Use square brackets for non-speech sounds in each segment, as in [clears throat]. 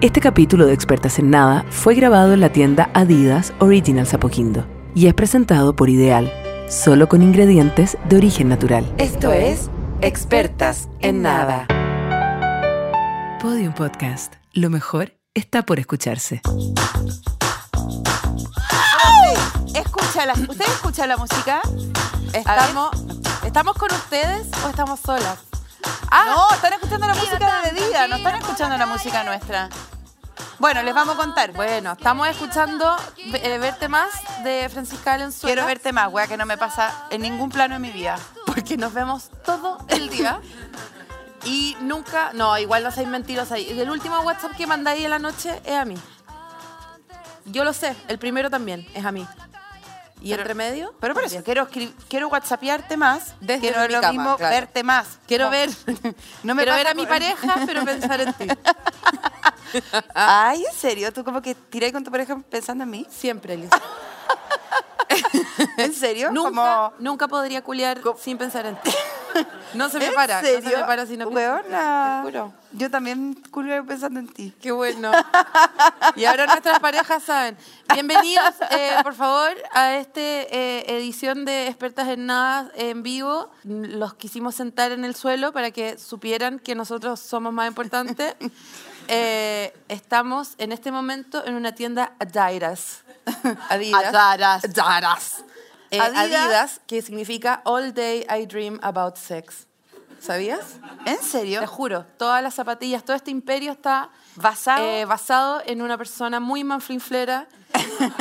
Este capítulo de Expertas en Nada fue grabado en la tienda Adidas Original Zapoquindo y es presentado por Ideal, solo con ingredientes de origen natural. Esto es Expertas en Nada. Podium Podcast. Lo mejor está por escucharse. Escucha la, ¿Ustedes escuchan la música? Estamos, ¿Estamos con ustedes o estamos solas? Ah, No, están escuchando la Tío, música de tanto, día, no tío, están por escuchando la la música calle. nuestra. Bueno, les vamos a contar. Bueno, estamos escuchando eh, Verte Más de Francisca Valenzuela. Quiero verte más, wea, que no me pasa en ningún plano de mi vida. Porque nos vemos todo el día. [laughs] Y nunca, no, igual no seáis mentiros ahí. El último WhatsApp que mandáis en la noche es a mí. Yo lo sé, el primero también es a mí. ¿Y Pero- entre medio? Pero por eso, quiero, escri- quiero whatsappearte más, Desde que no mi es lo cama, mismo claro. verte más. Quiero [laughs] No. ver, [laughs] No me Oh. quiero ver pasa a mi por- pareja, [laughs] pero pensar en ti. Ay, ¿en serio? ¿Tú como que tiráis con tu pareja pensando en mí? Siempre, Liz. ¿En serio? [laughs] Nunca, Como- nunca podría culiar sin pensar en [laughs] ti. No se me ¿En para, serio? no se me para si no pienso. Weona. Te juro. Yo también culero pensando en ti. Qué [laughs] bueno. Y ahora nuestras parejas saben. Bienvenidos, eh, por favor, a esta edición de Expertas en Nada en vivo. Los quisimos sentar en el suelo para que supieran que nosotros somos más [laughs] importantes. Eh, estamos en este momento en una tienda Adidas. Adidas. Adidas. Eh, Adidas. Adidas, que significa All Day I Dream About Sex. ¿Sabías? ¿En serio? Te juro, todas las zapatillas, todo este imperio está Basado. eh, basado en una persona muy manflinflera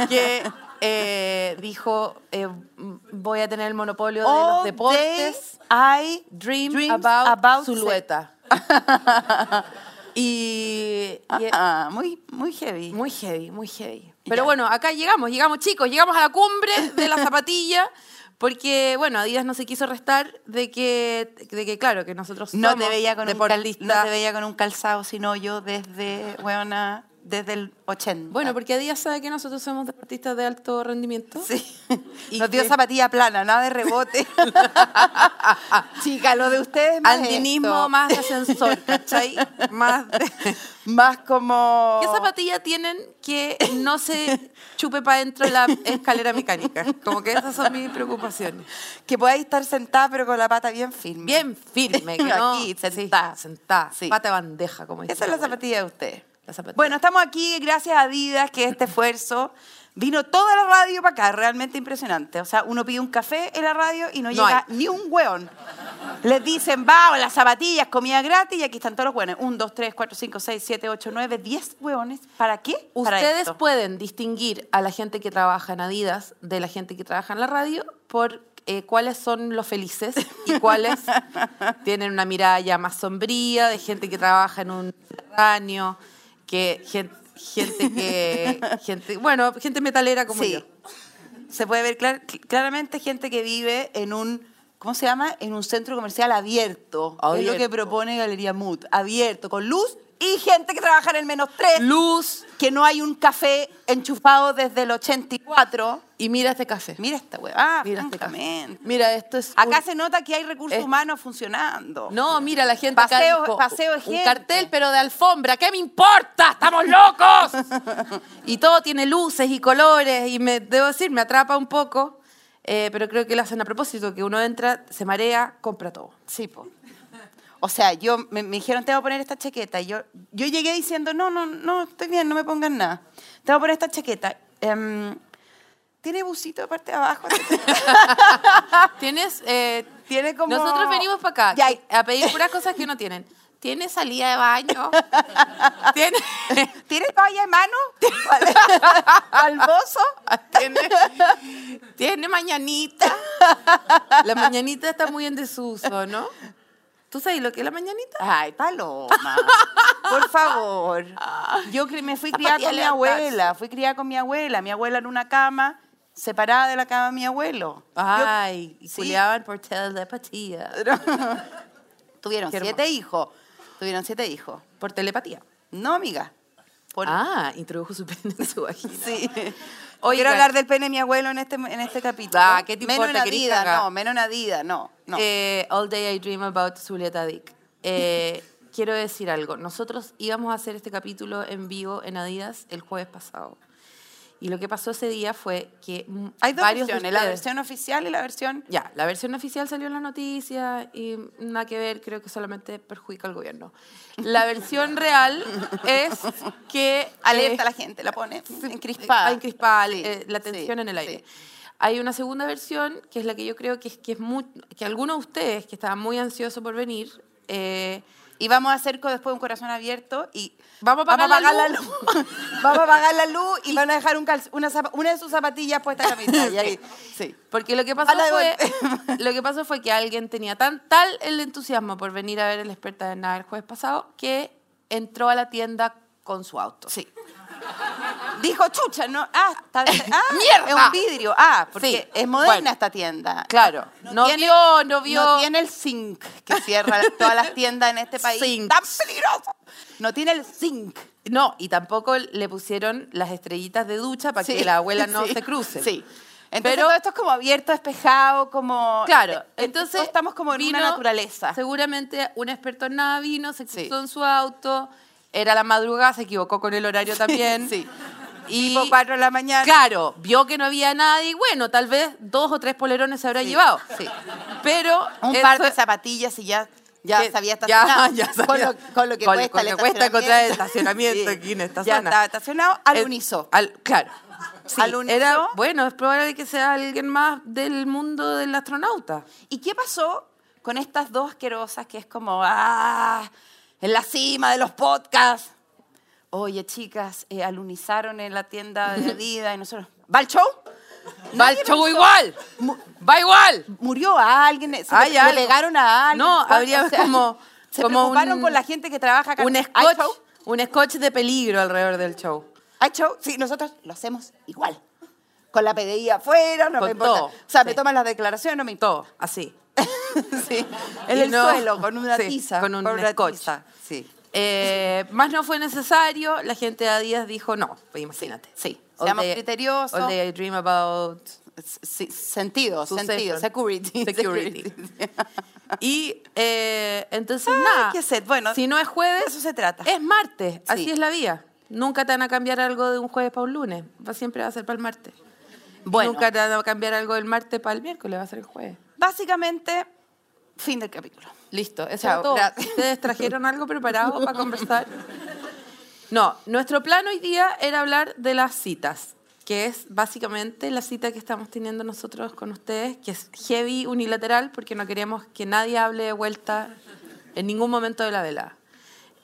que eh, dijo, eh, m- voy a tener el monopolio de los All deportes. day I Dream dreams about, about Zulueta. [laughs] y, y es Ah, ah, muy, muy heavy. muy heavy, muy heavy. Ya. Pero bueno, acá llegamos, llegamos chicos, llegamos a la cumbre [laughs] de la zapatilla. Porque, bueno, Adidas no se quiso restar de que, de que claro, que nosotros no somos te veía con un cal- deportistas. no te veía con un calzado sino yo desde weona, desde el 80. Bueno, porque Adidas sabe que nosotros somos deportistas de alto rendimiento. [laughs] sí. ¿Y Nos dio qué? zapatilla plana, nada de rebote. [laughs] Chica, lo de ustedes es [laughs] más Andinismo esto. más de ascensor, ¿cachai? Más de- [laughs] más como ¿Qué zapatilla tienen que no se chupe para adentro la escalera mecánica? Como que esas son mis preocupaciones. que podáis estar sentada pero con la pata bien firme. Bien firme, que no- [laughs] Aquí, sí, sentada. sentada, Sí. pata de bandeja, como dice Esa es mi la abuela. zapatilla de ustedes. La zapatilla. Bueno, estamos aquí gracias a Adidas, que este esfuerzo vino toda la radio para acá, realmente impresionante. O sea, uno pide un café en la radio y no, No llega hay. ni un hueón. Les dicen, va, las zapatillas, comida gratis, y aquí están todos los hueones. Un, dos, tres, cuatro, cinco, seis, siete, ocho, nueve, diez hueones. ¿Para qué? Para Ustedes esto. pueden distinguir a la gente que trabaja en Adidas de la gente que trabaja en la radio por eh, cuáles son los felices y [laughs] cuáles tienen una mirada ya más sombría de gente que trabaja en un serranio, que gen- gente [laughs] que gente, bueno, gente metalera como Sí. yo. Se puede ver clar- claramente gente que vive en un, ¿cómo se llama? En un centro comercial abierto. Es lo que Abierto. propone Galería Mood. Abierto, con luz y gente que trabaja en el menos tres. Luz que no hay un café enchufado desde el 84. y mira este café. Mira esta hueá. Ah, Mira este café. francamente. Mira, esto es un- Acá se nota que hay recursos Es- humanos funcionando. No, mira, la gente Paseo- acá dijo, paseo de gente". un cartel, pero de alfombra. ¿Qué me importa? ¡Estamos locos! [laughs] y todo tiene luces y colores y me, debo decir, me atrapa un poco. eh, pero creo que lo hacen a propósito, que uno entra, se marea, compra todo. Sí, po. O sea, yo me, me dijeron, te voy a poner esta chaqueta. Y yo, yo llegué diciendo, no, no, no, estoy bien, no me pongan nada. Te voy a poner esta chaqueta. Em, Tiene busito de parte de abajo. [laughs] Tienes, eh, Tiene como. nosotros venimos para acá Ya, [laughs] y- a pedir puras cosas que no tienen. ¿Tiene salida de [laughs] baño? ¿Tiene, ¿Tiene toalla en mano? [laughs] ¿Al bozo? ¿Tiene, tiene mañanita? La mañanita está muy en desuso, ¿no? ¿Tú sabes lo que es la mañanita? [laughs] Ay, paloma. Por favor. Yo cre- me fui criada Zapatilla con mi levantarse. abuela. Fui criada con mi abuela. Mi abuela en una cama, separada de la cama de mi abuelo. Yo- Ay, y sí. culiaban por telepatía. [laughs] Tuvieron Qué hermoso. siete hijos. Tuvieron siete hijos. Por telepatía. No, amiga. Por- [laughs] Ah, introdujo su pene en su vagina. Sí. Oigan. Quiero hablar del pene de mi abuelo en este, en este capítulo. Ah, ¿qué te Menos importa, en querís Adidas, cagar? no. Menos en Adidas, no. no. Eh, all day I dream about Julieta Dick. Eh, quiero decir algo. Nosotros íbamos a hacer este capítulo en vivo en Adidas el jueves pasado. Y lo que pasó ese día fue que mm, Hay dos varios de versiones, la ustedes- Eh, versión oficial y la versión... ya, la versión oficial salió en las noticias y nada que ver, creo que solamente perjudica al gobierno. La [laughs] versión real es que... Alerta eh, a la gente, la pone Ah, encrispada. encrispada, Sí, eh, la sí, tensión en el aire. sí. Hay una segunda versión, que es la que yo creo que es, que es muy, que algunos de ustedes que estaban muy ansiosos por venir, eh, Y vamos a hacer co- después un corazón abierto y Vamos a apagar la luz. [laughs] vamos a apagar la luz y van a dejar un calz- una, zapa- una de sus zapatillas puesta en [laughs] la mitad. Y ahí, sí. porque lo que pasó Ala, fue, bueno. [laughs] lo que pasó fue que alguien tenía tan tal el entusiasmo por venir a ver el experta de nada el jueves pasado que entró a la tienda con su auto. Sí. Dijo chucha, no. Ah, está- [laughs] ah, ¡Mierda! Es un vidrio. Ah, porque Sí, es moderna bueno. esta tienda. Claro, no, vio, no vio. No tiene el zinc que [laughs] cierra todas las tiendas en este país. Zinc. ¡Tan peligroso! No tiene el zinc. No, y tampoco le pusieron las estrellitas de ducha para que Sí, la abuela no sí, se cruce. Sí. Entonces Pero- todo esto es como abierto, despejado, como... Claro, eh, eh, entonces todos estamos como en vino- una naturaleza. Seguramente un experto en nada vino, se cruzó Sí. en su auto, era la madrugada, se equivocó con el horario también. [laughs] Sí. Y Tipo cuatro de la mañana. claro, vio que no había nadie y bueno, tal vez dos o tres polerones se habrá Sí, llevado. sí. Pero Un eso- par de zapatillas y ya, ya que- sabía ya, [laughs] estacionado. ya Con, sabía. lo, con lo que Con lo- cuesta con el lo que cuesta encontrar [laughs] el estacionamiento Sí. aquí en esta ya zona. estaba estacionado al Eh, uniso. al- claro. Sí, Al uniso. era, bueno, es probable que sea alguien más del mundo del astronauta. ¿Y qué pasó con estas dos asquerosas que es como, ah, en la cima de los podcasts? Oye, chicas, eh, alunizaron en la tienda [laughs] de Adidas y nosotros... ¿Va al show? Va el Nadie show pensó- igual. Mu- Va igual. murió a alguien, eh, se Hay le, le algo. pegaron a alguien. No, fue- habría como- [laughs] se como preocuparon un- por la gente que trabaja acá. un ¿Hay scotch, show? un scotch de peligro alrededor del show. ¿Hay show? Sí, nosotros lo hacemos igual. Con la PDI afuera, no Con me importa. todo, O sea, me sí. toman las declaraciones, no me importa. Todo, así. [laughs] sí. En Y el no- suelo, con una sí, tiza. con un una scotch. tiza, Sí. Eh, más no fue necesario, la gente de Adidas dijo no, pues imagínate. sí. All Seamos day- criteriosos. All day I dream about. S- sí, Sentido, Succession. sentido. Security. [laughs] Security. security. Y eh, entonces Ay, nada. qué sed. Bueno, si no es de jueves, eso se trata. es martes. Así Sí. es la vida. Nunca te van a cambiar algo de un jueves para un lunes. Va, siempre va a ser para el martes. Bueno. Nunca te van a cambiar algo del martes para el miércoles, va a ser el jueves. Básicamente, fin del capítulo. Listo, eso Chao, era todo. gracias. Ustedes trajeron algo preparado para conversar. No, nuestro plan hoy día era hablar de las citas, que es básicamente la cita que estamos teniendo nosotros con ustedes, que es heavy unilateral, porque no queremos que nadie hable de vuelta en ningún momento de la velada.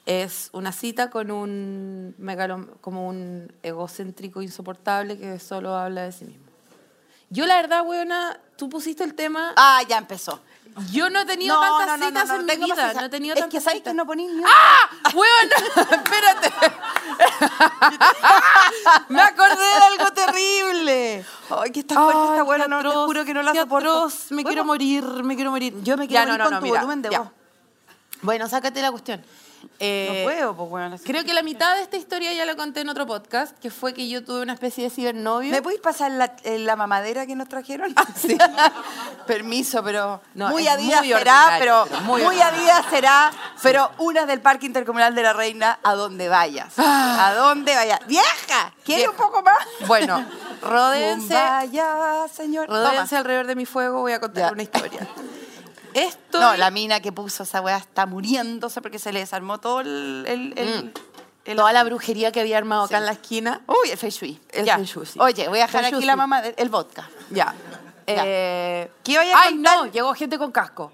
Es una cita con un megalo- como un egocéntrico insoportable que solo habla de sí mismo. Yo la verdad, weona, tú pusiste el tema. Ah, ya empezó. Yo no he tenido tantas citas en mi tengo más vida. citas. No he tenido es tantas que sabes citas. que no ponís ni una. ¡Ah! ¡Huevona! [laughs] ¡Espérate! ¡Me acordé de algo terrible! Ay, que está fuerte, Ay, está bueno, qué no, te atroz, juro que no la qué soporto. atroz, Me Bueno, quiero morir, me quiero morir. Yo me quiero Ya, morir con tu mira, volumen de voz. Bueno, sácate la cuestión. Eh, no puedo, pues bueno. Creo que la mitad de esta historia ya la conté en otro podcast, que fue que yo tuve una especie de cibernovio. ¿Me podéis pasar la, eh, la mamadera que nos trajeron? Sí. [laughs] Permiso, pero Ah, No, muy es a día muy será, ordinario, pero, pero muy muy, a día será, pero una del Parque Intercomunal de la Reina, a donde vayas. A donde vayas. ¡Vieja! ¿Quieres Ah. Vieja. un poco más? Bueno, rodéense, Vaya, señor. Toma. rodéense alrededor de mi fuego, voy a contar Ya. una historia. Esto No, la mina que puso esa weá está muriéndose porque se le desarmó todo el... el- Mm. el- el- toda la brujería que había armado acá Sí. en la esquina. Uy, el feng shui. El Ya. feng shui, sí. Oye, voy a dejar Feng aquí shui, la sí. mamá del vodka. Ya. Ya. Eh, ¿Qué vaya a Ay, contar? no, llegó gente con casco.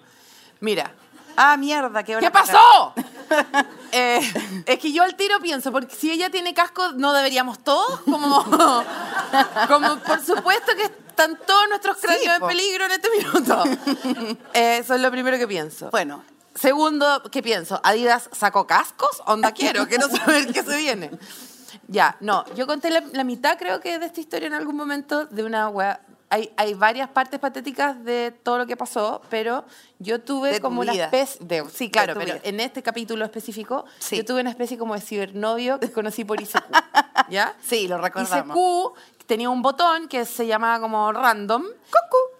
Mira. Ah, mierda, qué hora ¿Qué que acá. pasó? [laughs] Eh, es que yo al tiro pienso, porque si ella tiene casco, ¿no deberíamos todos? Como, [laughs] como por supuesto que están todos nuestros Sí, cráneos en po. peligro en este minuto. Eh, eso es lo primero que pienso. Bueno, Segundo, ¿qué pienso? ¿Adidas sacó cascos? Onda quiero, quiero saber qué se viene. Ya, no, yo conté la, la mitad creo que de esta historia en algún momento de una wea. Hay, hay varias partes patéticas de todo lo que pasó, pero yo tuve De tu como una vida. especie de... Sí, claro, tu pero vida. en este capítulo específico Sí. yo tuve una especie como de cibernovio que conocí por ICQ, [laughs] ¿ya? sí, lo recordamos. ICQ tenía un botón que se llamaba como random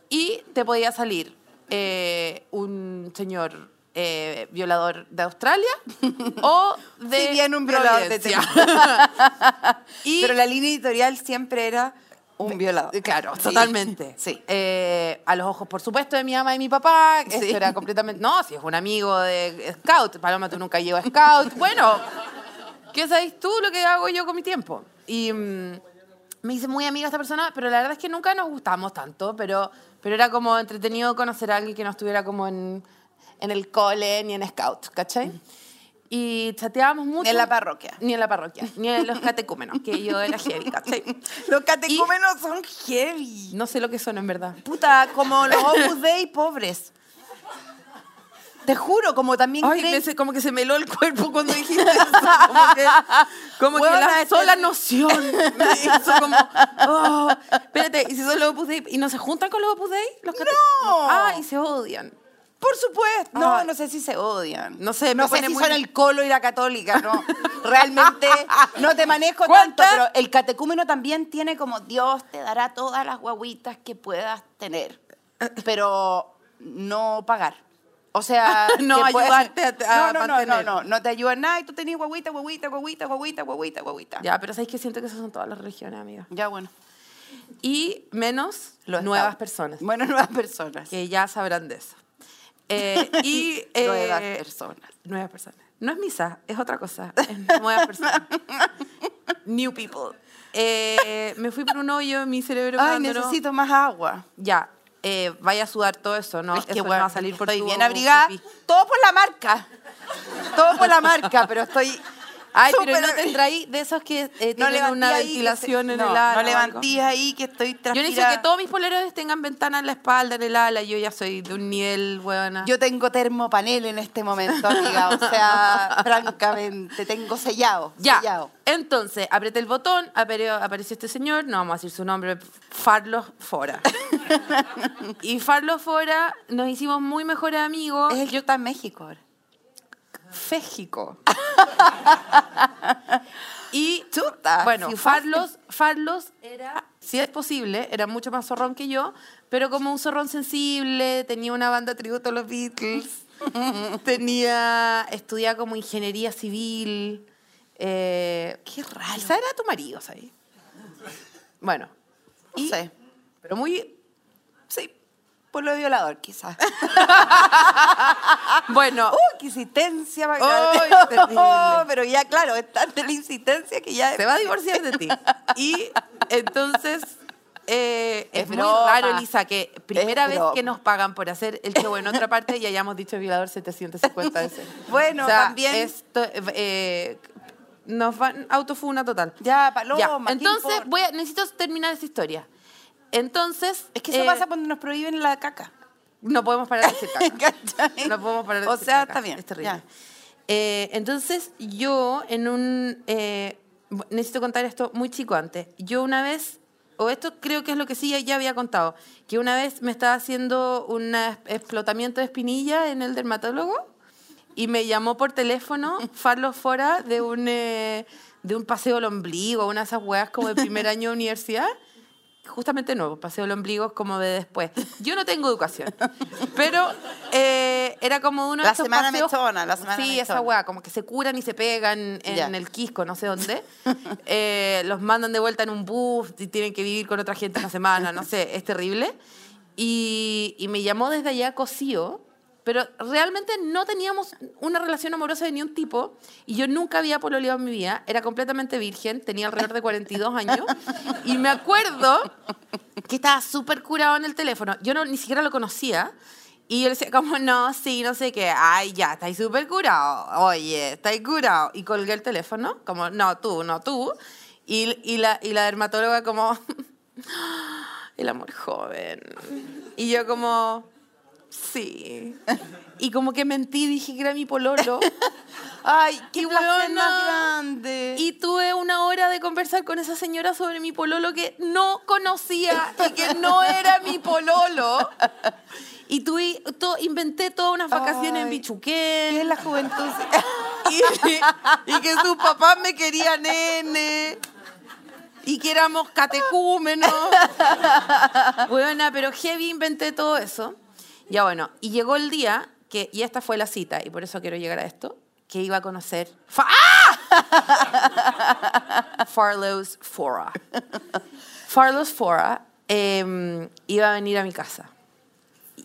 y te podía salir eh, un señor eh, violador de Australia [laughs] o de Si bien un violador de Providencia. [laughs] Y- Pero la línea editorial siempre era un violador. Eh, Claro, Sí. totalmente. [laughs] Sí. Eh, a los ojos, por supuesto, de mi mamá y mi papá. Esto Sí. era completamente. No, si es un amigo de Scout. Paloma, tú nunca llevas Scout. Bueno, ¿qué sabes tú lo que hago yo con mi tiempo? Y mm, me hice muy amiga esta persona, pero la verdad es que nunca nos gustamos tanto. Pero, pero era como entretenido conocer a alguien que no estuviera como en, en el cole ni en Scout, ¿cachai? Y chateábamos mucho. en la parroquia. Ni en la parroquia, ni en los catecúmenos, que yo era heavy, ¿cachai? Los catecúmenos son heavy. No sé lo que son en verdad. Puta, como los Opus Dei pobres. Te juro, como también Ay, creen- me se- como que se me heló el cuerpo cuando dijiste eso. Como que, como que Huevona, la este- sola noción me hizo como. oh, espérate, ¿y si son los Opus Dei? ¿Y no se juntan con los Opus Dei? Los cate- No. ¡Ay, se odian! Por supuesto. No, Ay. no sé si se odian. Ah. No sé, me no sé pone si muy- son el colo y la católica, [laughs] no. Realmente no te manejo ¿Cuántas? tanto, pero el catecúmeno también tiene como Dios te dará todas las guaguitas que puedas tener, pero no pagar. O sea, [laughs] No que puedes- ayudarte a- a no, no, no, no, mantener. no, no te ayuda en nada y tú tenías guaguita, guaguita, guaguita, guaguita, guaguita, guaguita. Ya, pero sabéis que siento que esas son todas las religiones, amiga. Ya, bueno. Y menos Los nuevas estados. personas, Bueno, nuevas personas. que ya sabrán de eso. Eh, [laughs] y. Nuevas eh, personas. Nuevas personas. No es misa, es otra [laughs] cosa. Es nuevas personas. [laughs] New people. Eh, me fui por un hoyo, mi cerebro. Ay, abandonó. necesito más agua. Ya, eh, vaya a sudar todo eso, ¿no? Es que eso no bueno, va a salir por estoy tu bien abrigada. pipí. Todo por la marca. Todo por la marca, pero estoy. Ay, pero súper no abri- tendrá ahí de esos que eh, tienen levantí una ahí que ventilación se- en no, el ala. No o levantí ahí que estoy algo. Yo transpirando. necesito que todos mis polerones tengan ventana en la espalda, en el ala. Yo ya soy de un nivel, buena. Yo tengo termopanel en este momento, amiga. O [laughs] sea, francamente, tengo sellado. Ya. Sellado. Entonces, apreté el botón, apareció, apareció este señor, no vamos a decir su nombre, Farlos Fora. [laughs] y Farlos Fora nos hicimos muy mejores amigos. Es el que está en México ahora. Féjico. [laughs] y Chuta, bueno, si Farlos, Farlos era, si es posible, era mucho más zorrón que yo, pero como un zorrón sensible, tenía una banda tributo a los [laughs] Beatles, tenía, estudiaba como ingeniería civil. eh, Qué raro. Quizá era tu marido, ¿sabes? Bueno, No sé. pero muy Sí. Por lo violador, [laughs] quizás. ah, bueno. ¡Uh, qué insistencia! más grande. [laughs] Ay, terrible. pero ya, claro, es tanta la insistencia que ya... se va a divorciar de ti. Y entonces eh, es, Es muy broma. raro, Elisa, que primera Es vez broma. que nos pagan por hacer el show en otra parte y hayamos dicho violador 750 veces. [laughs] Bueno, O sea, también- esto, eh, nos van autofuna total. Ya, Ya, Paloma, ¿qué Entonces, importa? voy a- necesito terminar esta historia. Entonces. Es que eso eh, pasa cuando nos prohíben la caca. No podemos parar de decir caca. [laughs] [laughs] ¿Cachai? No podemos parar de O decir sea, caca, está bien. Es terrible. ya. Eh, entonces, yo en un. eh, bu- necesito contar esto muy chico antes. Yo una vez. O esto creo que es lo que sí ya- ya había contado. Que una vez me estaba haciendo un explotamiento de espinilla en el dermatólogo. Y me llamó por [laughs] teléfono Farlos Fora de un, eh, de un paseo al ombligo, una de esas weas como de primer año de universidad. Justamente no, paseo al ombligo es como de después. Yo no tengo educación, pero eh, era como uno de La estos semana paseos- mechona, la semana Sí, esa mechona. wea, como que se curan y se pegan en Ya. el quisco, no sé dónde. Eh, los mandan de vuelta en un bus y tienen que vivir con otra gente una semana, no sé, es terrible. Y, y me llamó desde allá Cosío, pero realmente no teníamos una relación amorosa de ningún tipo y yo nunca había pololeado en mi vida, era completamente virgen, tenía alrededor de 42 años y me acuerdo que estaba súper curado en el teléfono. Yo no, ni siquiera lo conocía. Y él decía, como, no, sí, no sé qué. Ay, ya, estáis súper curado. Oye, estáis curado. Y colgué el teléfono, como, no, tú, no, tú. Y, y, la, y la dermatóloga, como, "Ah, el amor joven. Y yo, como, sí. Y como que mentí, dije que era mi pololo. Ay, qué Y placer más weona, grande. Y tuve una hora de conversar con esa señora sobre mi pololo que no conocía y que no era mi pololo. Y tuve, to- inventé todas unas vacaciones en Ay, Bichuquén. ¿Qué es la juventud? [laughs] y, y que sus papás me querían nene. Y que éramos catecúmenos. Buena, pero heavy inventé todo eso. Ya bueno, y llegó el día que, y esta fue la cita, y por eso quiero llegar a esto, que iba a conocer Fa- ¡Ah! Farlow's Fora. Farlow's Fora em, iba a venir a mi casa.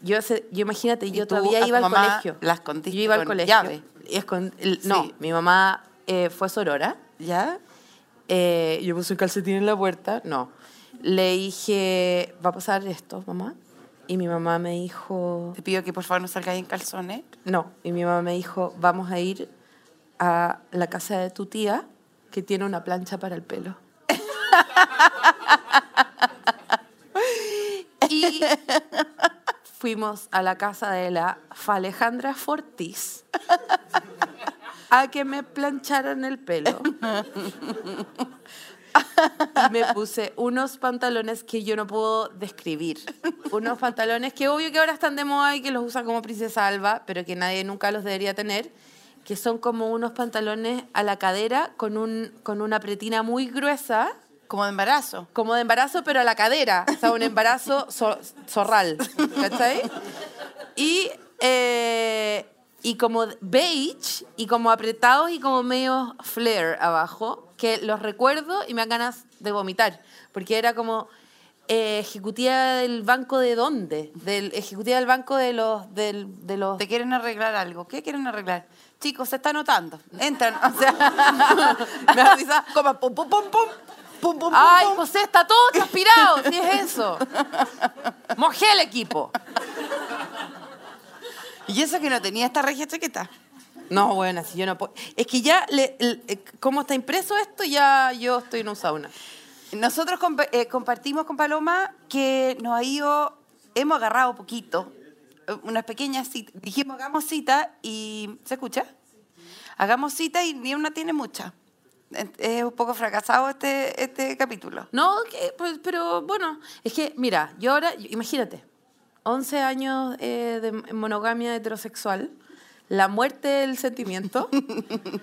Yo, ese- yo imagínate, yo tú a todavía tu iba al mamá colegio. la escondiste Yo iba al con colegio. llave. Y escon- el- no, Sí. mi mamá eh, fue sorora. ¿Ya? Eh, yo puse un calcetín en la puerta. No. Le dije, ¿va a pasar esto, mamá? Y mi mamá me dijo, Te pido que por favor no salgáis en calzones. no. Y mi mamá me dijo, vamos a ir a la casa de tu tía que tiene una plancha para el pelo. [laughs] y fuimos a la casa de la Alejandra Fortis a que me plancharan el pelo. [laughs] Y me puse unos pantalones que yo no puedo describir. Unos pantalones que obvio que ahora están de moda y que los usan como princesa Alba, pero que nadie nunca los debería tener, que son como unos pantalones a la cadera con, un, con una pretina muy gruesa, Como de embarazo. como de embarazo, pero a la cadera. O sea, un embarazo zo- zorral. ¿Cachai? Y, eh, y como beige, y como apretados y como medio flare abajo, que los recuerdo y me dan ganas de vomitar. Porque era como eh, ejecutiva del banco de dónde? Del, ejecutiva del banco de los. Del, de los Te quieren arreglar algo. ¿Qué quieren arreglar? Chicos, se está anotando. Entran, o sea. [laughs] Me avisa, como pum, pum, pum, pum. Pum, pum, pum, ¡Ay, pum. José, está todo transpirado! Si es eso. Mojé el equipo. Y eso que no tenía esta regia chaqueta. No, bueno, si yo no puedo. Es que ya, le- el- eh, ¿cómo está impreso esto? Ya yo estoy en un sauna. Nosotros compa- eh, compartimos con Paloma que nos ha ido, hemos agarrado poquito, eh, unas pequeñas citas. Dijimos, hagamos cita y. ¿Se escucha? Hagamos cita y ni una tiene mucha. En- Es un poco fracasado este, este capítulo. No, que- pues, pero bueno, es que, mira, yo ahora, yo- imagínate, 11 años eh, de m- monogamia heterosexual, la muerte del [laughs] sentimiento,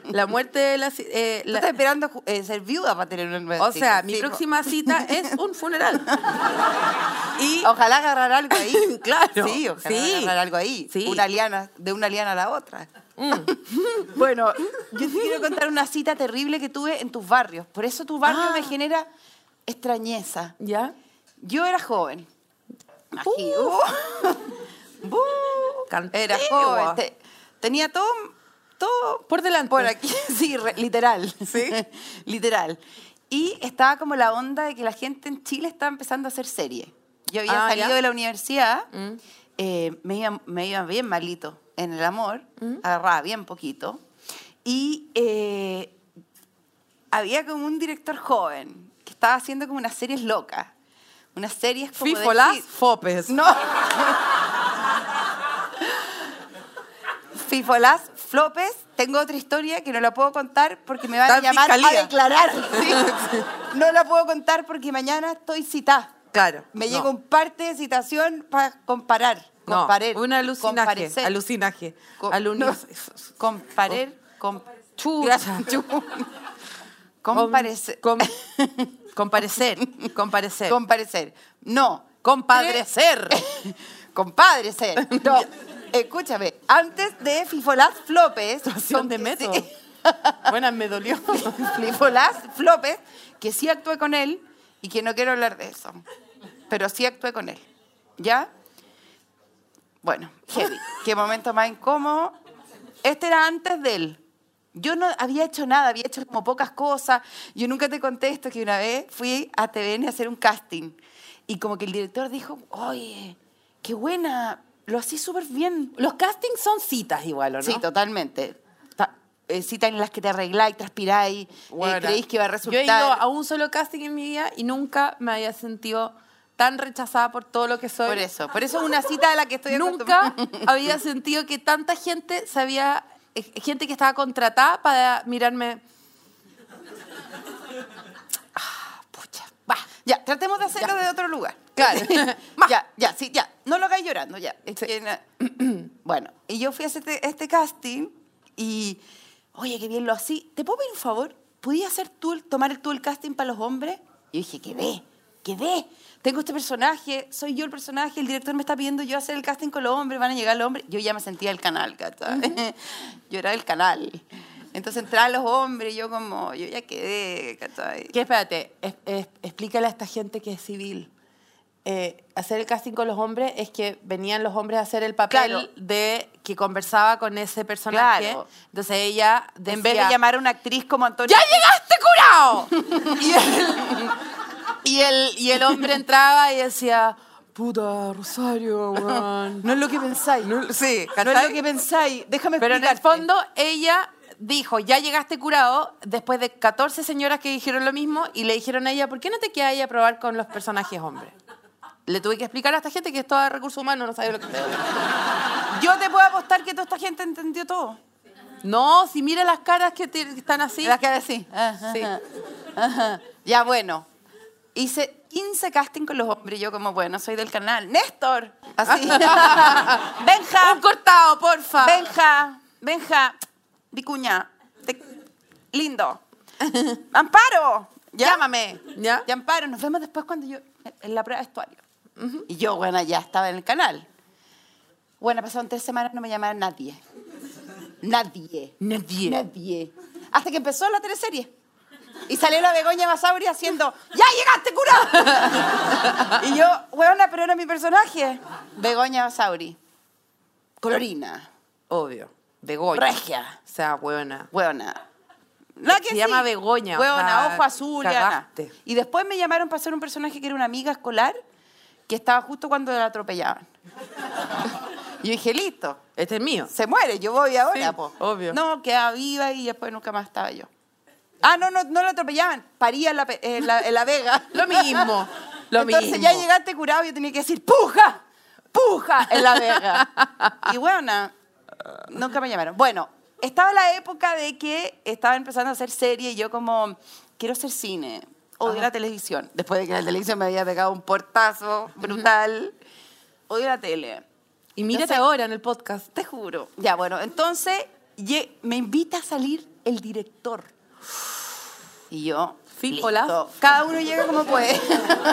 la muerte de la... si- eh, Tú la- estás esperando ju- eh, ser viuda para tener una nueva o cita, sea, mi sí, pues. po. próxima cita es un [laughs] funeral. Y Ojalá agarrar algo ahí. [laughs] Claro. Sí, ojalá Sí. agarrar algo ahí. Sí. Una liana, de una liana a la otra. bueno, yo te quiero contar una cita terrible que tuve en tus barrios. Por eso tu barrio Ah. me genera extrañeza. ya, Yo era joven. Aquí, uh. Bu. Cantigua. Era joven. Te- tenía todo, todo este, Por delante. Por aquí, [laughs] sí, re- literal. Sí. [laughs] literal. Y estaba como la onda de que la gente en Chile estaba empezando a hacer serie. Yo había Ah, salido ya. de la universidad, Mm. eh, me, iba, me iba bien malito en el amor, Mm. agarraba bien poquito. Y eh, había como un director joven que estaba haciendo como unas series locas. Unas series como. de fífolas, hit. fopes. No. Fifolás, Flopes, tengo otra historia que no la puedo contar porque me van Está a en llamar fiscalía. [laughs] a declarar. ¿sí? No la puedo contar porque mañana estoy citada. Claro. Me no. llega un parte de citación para comparar. No, Comparar. un alucinaje, comparecer, alucinaje. co- Aluni- no, [laughs] comparar. com- Chucha. [laughs] chu- comparecer. Com- comparecer, comparecer. Comparecer. No. compadrecer. [laughs] Compadre, ser. [laughs] No, escúchame, antes de Fifolás Flopes. Actuación de Meto. Sí, Buena, me dolió. Fifolás Flopes, que sí actué con él y que no quiero hablar de eso. Pero sí actué con él. ¿Ya? Bueno, heavy. Qué momento más incómodo. Este era antes de él. Yo no había hecho nada, había hecho como pocas cosas. Yo nunca te contesto que una vez fui a TVN a hacer un casting. Y como que el director dijo, oye, qué buena, lo hacís súper bien. [laughs] Los castings son citas igual, ¿o no? Eh, Sí, totalmente. Ta- eh, citas en las que te arregláis, transpiráis, eh, Buena. creéis que va a Yo resultar. he ido a un solo casting en mi vida y nunca me había sentido tan rechazada por todo lo que soy. Por eso, por eso es una cita a la que estoy Nunca acostumbrada. había sentido que tanta gente sabía, eh, gente que estaba contratada para mirarme. Ah, pucha, va. Ya, tratemos de hacerlo de otro [laughs] lugar. Claro. ya, ya, sí, ya. No lo hagáis llorando, ya. Es que na- [clears throat] bueno, y yo fui a hacer este, este casting y, oye, qué bien lo así. ¿Te puedo pedir un favor? ¿Podías hacer tú el, tomar tú el casting para los hombres? Y yo dije, ¿qué ve? quedé. Tengo este personaje, soy yo el personaje, el director me está pidiendo yo hacer el casting con los hombres, van a llegar los hombres. Yo ya me sentía el canal, ¿cachai? [laughs] Yo era el canal. Entonces entraban los hombres y yo como, yo ya quedé, ¿cachai? Que espérate, es- es- explícale a esta gente que es civil. Eh, hacer el casting con los hombres es que venían los hombres a hacer el papel Claro. de que conversaba con ese personaje. Claro. Entonces ella decía, En vez de llamar a una actriz como Antonia... ¡Ya llegaste curado! [laughs] y, el, y, el, y el hombre entraba y decía, puta, Rosario, weón. [laughs] No es lo que pensáis. sí, no ¿cachai? es lo que pensáis. Déjame Pero en el explicarte. fondo ella dijo, ya llegaste curado, después de 14 señoras que dijeron lo mismo y le dijeron a ella, ¿por qué no te quedas ahí a probar con los personajes hombres? Le tuve que explicar a esta gente que es toda recursos humanos, no sabe lo que estoy hablando. Yo te puedo apostar que toda esta gente entendió todo. No, si mira las caras que, te- que están así. Las que así. Sí. Ya, bueno. Hice 15 casting con los hombres. Yo como, bueno, soy del canal. ¡Néstor! [laughs] Así. Un ¡Benja! cortado, porfa. ¡Benja! ¡Benja! Vicuña. te- [laughs] Lindo. ¡Amparo! ¡Llámame! ¿Ya? Y Amparo, nos vemos después cuando yo... En la prueba de vestuario. Y yo, bueno, ya estaba en el canal. Bueno, pasaron tres semanas, no me llamaron nadie. Nadie. Nadie. Nadie. Hasta que empezó la teleserie. Y salió la Begoña Basauri haciendo, ¡Ya llegaste, cura! [laughs] y yo, huevona, pero era mi personaje. Begoña Basauri. Colorina. Obvio. Begoña. Regia. O sea, buena. Huevona. La Se llama Begoña, o Huevona, sea, ojo azul. ya, na. cagaste. Y después me llamaron para hacer un personaje que era una amiga escolar que estaba justo cuando la atropellaban. [laughs] Y yo dije, listo, Este es mío. se muere, yo voy ahora, Sí, po. obvio. No, quedaba viva y después nunca más estaba yo. Ah, no, no, no la atropellaban, paría en la, pe- en la, en la vega. [laughs] Lo mismo, lo Entonces mismo. ya llegaste curado y yo tenía que decir, ¡puja! ¡puja! en [laughs] la vega. y bueno, nunca me llamaron. Bueno, estaba la época de que estaba empezando a hacer serie y yo como, quiero hacer cine, odio la televisión. Después de que la televisión me había pegado un portazo brutal, odio la tele. Y mírate No sé. ahora en el podcast. Te juro. Ya, bueno, entonces lle- me invita a salir el director. Y yo, Fin, listo. hola. Cada uno llega como puede.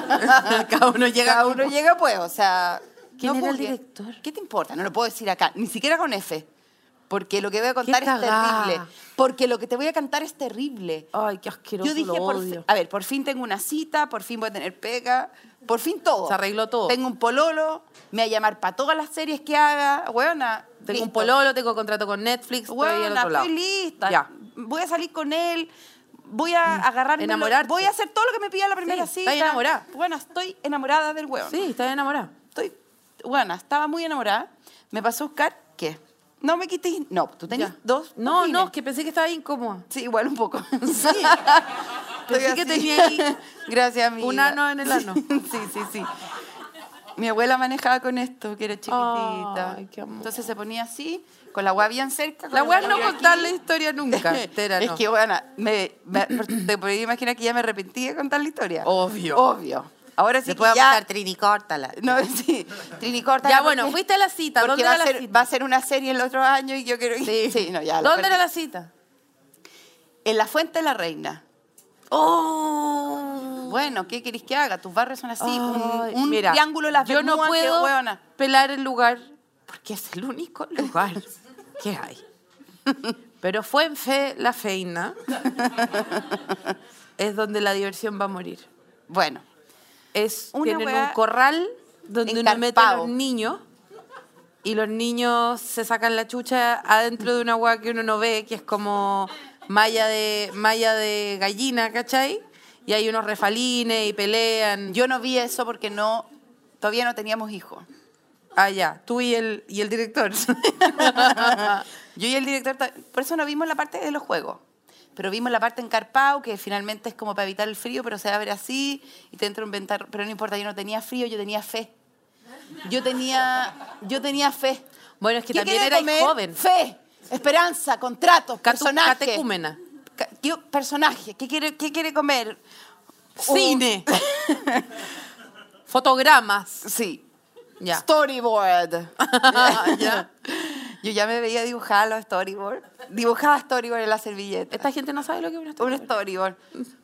[laughs] Cada uno llega Cada como- uno llega pues, o sea... ¿Quién era el juzgues. director? ¿Qué te importa? No lo puedo decir acá, ni siquiera con F. Porque lo que voy a contar es cagá. terrible. Porque lo que te voy a cantar es terrible. Ay, qué asqueroso. Yo dije, lo por odio. fi- a ver, por fin tengo una cita, por fin voy a tener pega, por fin todo. Se arregló todo. Tengo un pololo, me va a llamar para todas las series que haga, weona. Tengo un listo. pololo, tengo contrato con Netflix, voy a ir al Weona, otro lado. estoy lista. Ya. Mm. Voy a salir con él, voy a agarrarme. lo- enamorarte. Voy a hacer todo lo que me pida la primera Sí, cita. estás enamorada. Bueno, estoy enamorada del weón. Sí, estás enamorada. Estoy, bueno, estaba muy enamorada. Me pasó a buscar, ¿qué? No me quites. No, tú tenías Ya. dos. No, vagines. no, es que pensé que estaba incómoda. Sí, igual un poco. [laughs] Sí. Estoy Pensé que así. tenía ahí Gracias, amiga. un ano en el ano. [laughs] Sí, sí, sí. Mi abuela manejaba con esto, que era chiquitita. Ay, qué amor. Entonces se ponía así, con la hueá bien cerca. con La wea es mano no aquí. contar la historia [laughs] nunca. entera, Es no. que, bueno, me, me- te podría imaginar que ya me arrepentí de contar la historia. Obvio. Obvio. Ahora sí que Después vamos a ya... estar, Trini, córtala. [laughs] No, sí. Trini, córtala, Ya, bueno, porque- fuiste a la cita. Porque ¿Dónde va era a, la ser, cita? va a ser una serie el otro año y yo quiero ir. Sí, no, ya. ¿Dónde perdí. era la cita? En la Fuente de la Reina. ¡Oh! Bueno, ¿qué querés que haga? Tus barrios son así, Ay, un, un mira, triángulo las Yo no Bermudas, qué puedo hueona. pelar el lugar porque es el único lugar que hay. Pero fue en fe la feina. es donde la diversión va a morir. Bueno, Es Una tienen un weá corral donde uno mete a encarpado. los niños y los niños se sacan la chucha adentro de una hueá que uno no ve, que es como malla de malla de gallina, ¿cachai? Y hay unos refalines y pelean. yo no vi eso porque no, todavía no [laughs] teníamos hijos. Ah, ya, tú y el, y el [laughs] director. Yo y el director, ta- por eso no vimos la parte de los juegos, pero vimos la parte en Carpao, que finalmente es como para evitar el frío, pero se abre así y te entra un ventarro. Pero no importa, yo no tenía frío, yo tenía fe. Yo tenía, yo tenía fe. bueno, es que ¿Qué también quería era comer? joven. Fe, esperanza, contratos, Catu- personaje. catecúmena. Ca- ¿Qué personaje? ¿Qué quiere, qué quiere comer? Uh. [laughs] Cine. Fotogramas. Sí. Ya. Storyboard. [laughs] Ya. [laughs] Yo ya me veía dibujar los storyboard. Dibujaba storyboard en la servilleta. [laughs] Esta gente no sabe lo que es una Un storyboard.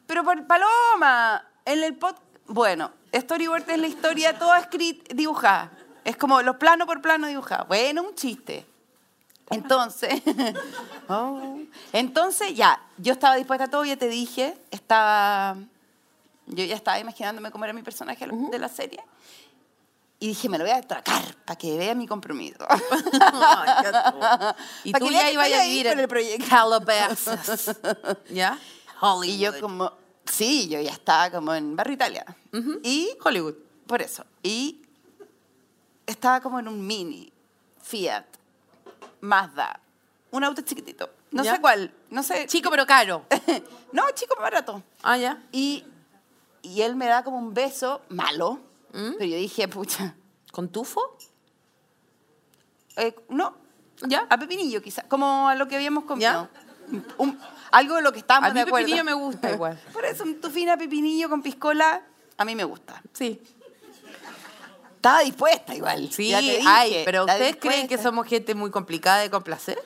Pero por Paloma, en el podcast. Bueno, storyboard es la historia toda escrita, dibujada. Es como los plano por plano dibujada. Bueno, un chiste. Entonces, [laughs] oh, entonces ya, yo estaba dispuesta a todo, ya te dije, estaba, yo ya estaba imaginándome cómo era mi personaje de la serie. Y dije, me lo voy a atracar para que vea mi compromiso. [laughs] Y Pa' tú que vea ya que ibas estoy a ahí vivir con en el proyecto. Calabasas. ¿Ya? Hollywood. Y yo como, sí, yo ya estaba como en Barrio Italia. Y Hollywood. Por eso. Y estaba como en un mini, Fiat, Mazda, un auto chiquitito. No ¿Ya? sé cuál, no sé. Chico pero caro. [laughs] no, chico más barato. Ah, ya. Y, y él me da como un beso malo. ¿Mm? Pero yo dije, pucha, ¿Con tufo? eh, no, ¿Ya? a Pepinillo quizás, como a lo que habíamos comido. ¿Ya? Un- algo de lo que estábamos A mí de acuerdo. Pepinillo me [laughs] gusta igual. Por eso un tufina Pepinillo con piscola, a mí me gusta. Sí. Estaba dispuesta igual. Sí, ya te dije, ay, pero estaba ¿ustedes creen que dispuesta. somos gente muy complicada de complacer?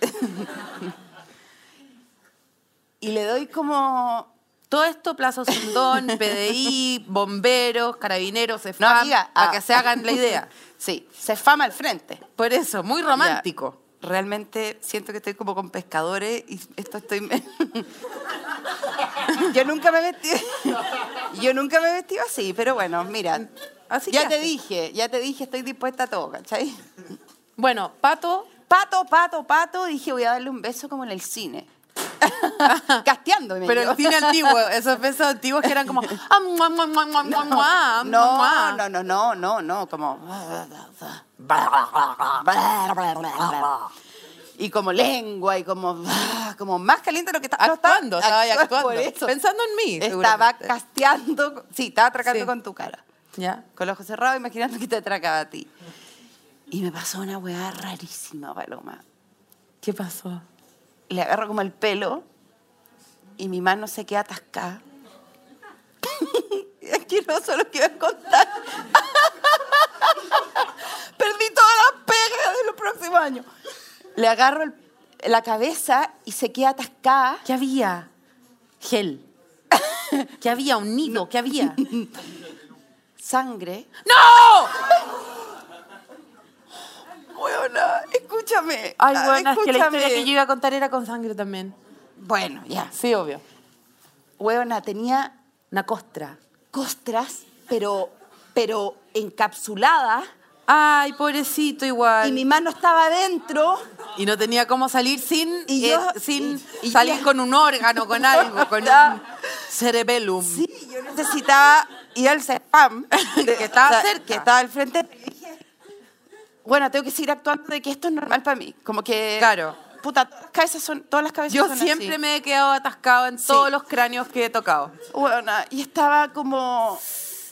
Y le doy como... Todo esto, Plaza [laughs] Sundón, PDI, bomberos, carabineros, No, CEFAM, amiga. para ah. que se hagan la idea. sí, se fama al frente. Por eso, [laughs] muy romántico. Ya, Realmente siento que estoy como con pescadores y esto estoy... [laughs] yo nunca me vestí... [laughs] yo nunca me he vestido así, pero bueno, mira. Así ya que te haces. dije, ya te dije, estoy dispuesta a todo, ¿cachai? Bueno, Pato, Pato, pato, pato, dije voy a darle un beso como en el cine. [laughs] Casteándome. pero [laughs] yo. el cine antiguo, esos besos antiguos que eran [laughs] como... ah, mua, mua, mua, mua, mua, mua, mua. No, no, no, no, no, no, como... Y como lengua y como... Como más caliente de lo que estaba... Actuando, estaba ahí actuando. Por eso. Pensando en mí, Estaba seguramente. casteando... Sí, estaba atracando Sí. con tu cara. Ya. Con los ojos cerrados, imaginando que te atracaba a ti. Y me pasó una weá rarísima, Paloma. ¿Qué pasó? le agarro como el pelo y mi mano se queda atascada. [laughs] Es asqueroso lo que voy a contar. [laughs] Perdí todas las pegas de los próximos años. Le agarro el- la cabeza y se queda atascada. ¿Qué había? Gel. ¿Qué había? ¿Un nido? ¿Qué [laughs] había? Sangre. ¡No! Huevona, escúchame. Ay, bueno, es que la escúchame. historia que yo iba a contar era con sangre también. Bueno, ya. Sí, obvio. Huevona, tenía Una costra. costras, pero, pero encapsuladas. Ay, pobrecito igual. Y mi mano estaba adentro. Y no tenía cómo salir sin, Y eh, yo- sin y- y salir yo- con un órgano, [laughs] con algo, con un cerebellum. Sí, yo necesitaba ir al [laughs] spam Que estaba cerca. que estaba al frente. Bueno, tengo que seguir actuando de que esto es normal para mí. Como que. Claro. Puta, todas las cabezas son. Todas las cabezas Yo son siempre así. me he quedado atascado en todos los cráneos que he tocado. Bueno, y estaba como.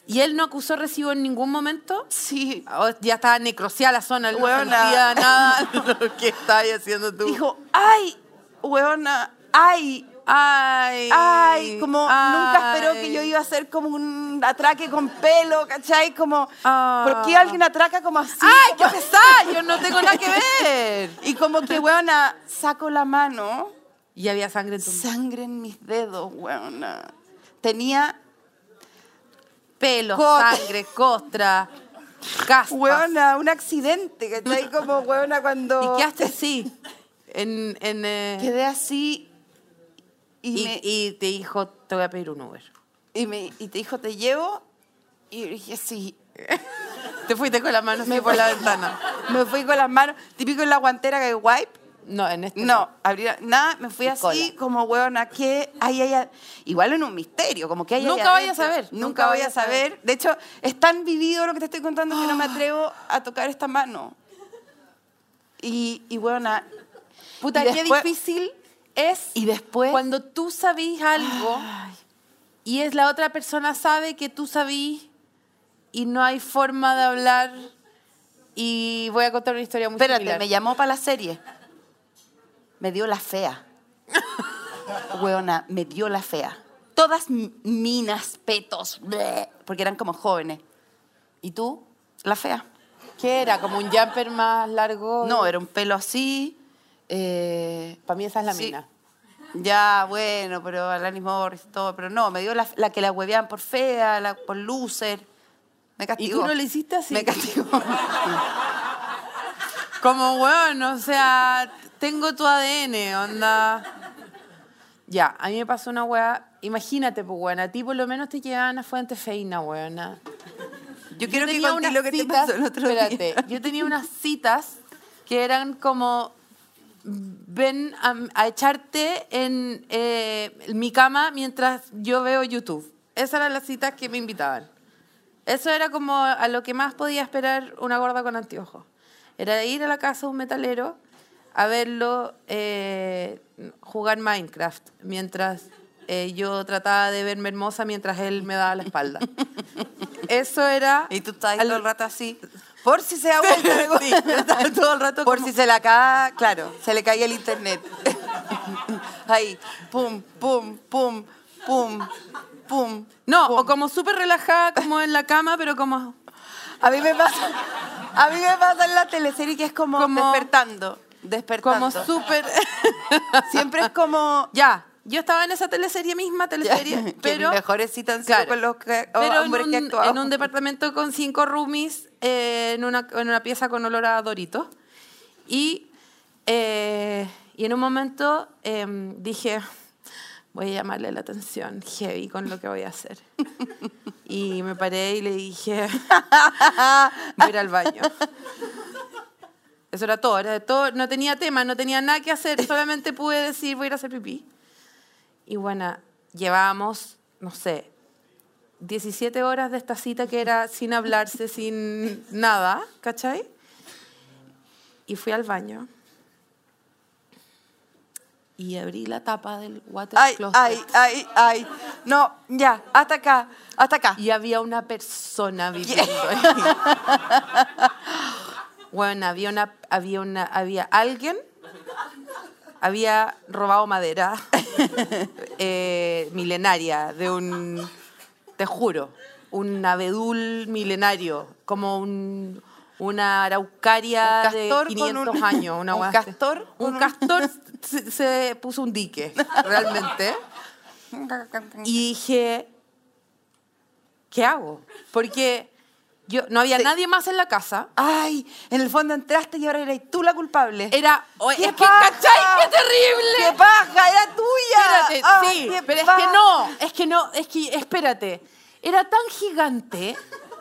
¿Y él no acusó recibo en ningún momento? Sí. Oh, ya estaba necrosía la zona, él no Huevona. sentía nada [laughs] lo que estabas haciendo tú. Dijo, ¡ay! Weona, ¡ay! ay, ¡ay! Como nunca ay. esperó que yo iba a hacer como un atraque con pelo, ¿cachai? Como. Ah. ¿Por qué alguien atraca como así? ¡Ay, qué Como- pesar! Yo no tengo nada que ver. [laughs] Y como que, weona, saco la mano. [laughs] Y había sangre en tu Sangre en mis dedos, weona. Tenía, pelo, Co- sangre, costra, caspa. weona, un accidente, ¿cachai? Como, weona, cuando... ¿Y qué haces así? En, en, eh, Quedé así y, y, me, y te dijo, te voy a pedir un Uber. y me- y te dijo, ¿te llevo? Y yo dije, sí. Te fuiste con la mano así por la ventana. Me fui con las manos, típico en la guantera que wipe. No, en este No, abrir nada, me fui Y así cola. como, weona, que hay allá... Igual en un misterio, como que hay ahí Nunca voy a adentro. saber, Nunca, voy a saber. De hecho, es tan vivido lo que te estoy contando que no [gasps] me atrevo a tocar esta mano. Y, y weona, Puta, Y qué después- difícil es Y después. cuando tú sabís algo y es la otra persona sabe que tú sabís y no hay forma de hablar. Y voy a contar una historia muy espérate, similar. me llamó para la serie. Me dio la fea. [laughs] Weona, me dio la fea. Todas m- minas, petos, bleh, porque eran como jóvenes. ¿Y tú? La fea. ¿Qué era? ¿Como un jumper más largo? No, era un pelo así. eh, Para mí esa es la Sí. mina. Ya, bueno, pero Alanis Morris y todo. Pero no, me dio la, la que la hueveaban por fea, la, por loser. Me Y castigó. tú no le hiciste así. Me castigó. [laughs] Como weón, o sea, tengo tu ADN, onda. Ya, a mí me pasó una weá. Imagínate, pues, weón, a ti por lo menos te llevaban a Fuente Feina, weona. Yo quiero que conté lo que te pasó el otro espérate, día. yo tenía unas citas que eran como ven a, a echarte en eh, mi cama mientras yo veo YouTube. Esas eran las citas que me invitaban. Eso era como a lo que más podía esperar una gorda con anteojos. Era ir a la casa de un metalero a verlo eh, jugar Minecraft mientras eh, yo trataba de verme hermosa mientras él me daba la espalda. Eso era... Y tú estabas al- todo el rato así. Por si se da vuelta. algo. Sí, [laughs] yo estaba todo el rato Por como- si se la cae, claro, se le caía el internet. [laughs] Ahí, pum, pum, pum, pum, pum. No, pum. o como súper relajada, como en la cama, pero como... A mí me pasa, a mí me pasa en la teleserie que es como, Como- despertando, Como despertando. súper... [laughs] Siempre es [laughs] como ya, yo estaba en esa teleserie misma, [laughs] teleserie, que pero... mis mejores citas han sido Claro. con los que, o Pero en hombres un, que actuaban. en un departamento con cinco roomies, eh, en, una, en una pieza con olor a Doritos. Y, eh, y en un momento em, dije, voy a llamarle la atención, heavy, con lo que voy a hacer. Y me paré y le dije, voy a ir al baño. Eso era todo, era de todo, no tenía tema, no tenía nada que hacer, solamente pude decir, voy a ir a hacer pipí. Y bueno, llevábamos, no sé, 17 horas de esta cita que era sin hablarse, [laughs] sin nada, ¿cachai? Y fui al baño. Y abrí la tapa del water Ay, closet. ay, ay, ay. No, ya, hasta acá, hasta acá. Y había una [laughs] persona viviendo Bueno, había una, había una, había alguien, había robado madera [laughs] eh, milenaria de un, te juro, un abedul milenario, como un, una araucaria Un castor de con 500 un- años. Una un hueá así. castor con un un- castor se, se puso un dique, realmente. Y dije, ¿qué hago? Porque yo no había Sí. nadie más en la casa. Ay, en el fondo entraste y ahora eres tú la culpable. Era, o- ¡Qué es que, paja! ¿cachai? ¡Qué ¡Qué terrible! paja! ¡Era tuya! Espérate, Ah, sí, qué pero es que paja. no, es que no, es que, espérate, era tan gigante,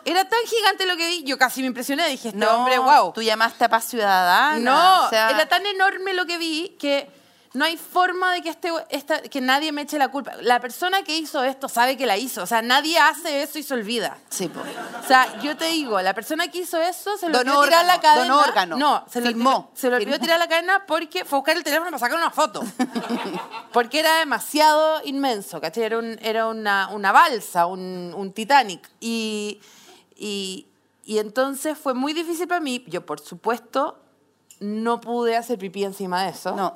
era tan gigante lo que vi, yo casi me impresioné, dije, este hombre, wow. Tú llamaste a Paz Ciudadana. No, o sea, era tan enorme lo que vi que no hay forma de que este, esta- que nadie me eche la culpa. La persona que hizo esto sabe que la hizo, o sea, nadie hace eso y se olvida. Sí, po. O sea, yo te digo, la persona que hizo eso se lo Donó olvidó tirar a la órgano, cadena. donó órgano. No, se lo, Firmó, se lo olvidó firmó. tirar a la cadena porque fue a buscar el teléfono para sacar una [laughs] foto. porque era demasiado inmenso, ¿cachai? Era, un- era una, una balsa, un, un Titanic. Y, y, y entonces fue muy difícil para mí. Yo, por supuesto, no pude hacer pipí encima de eso. No.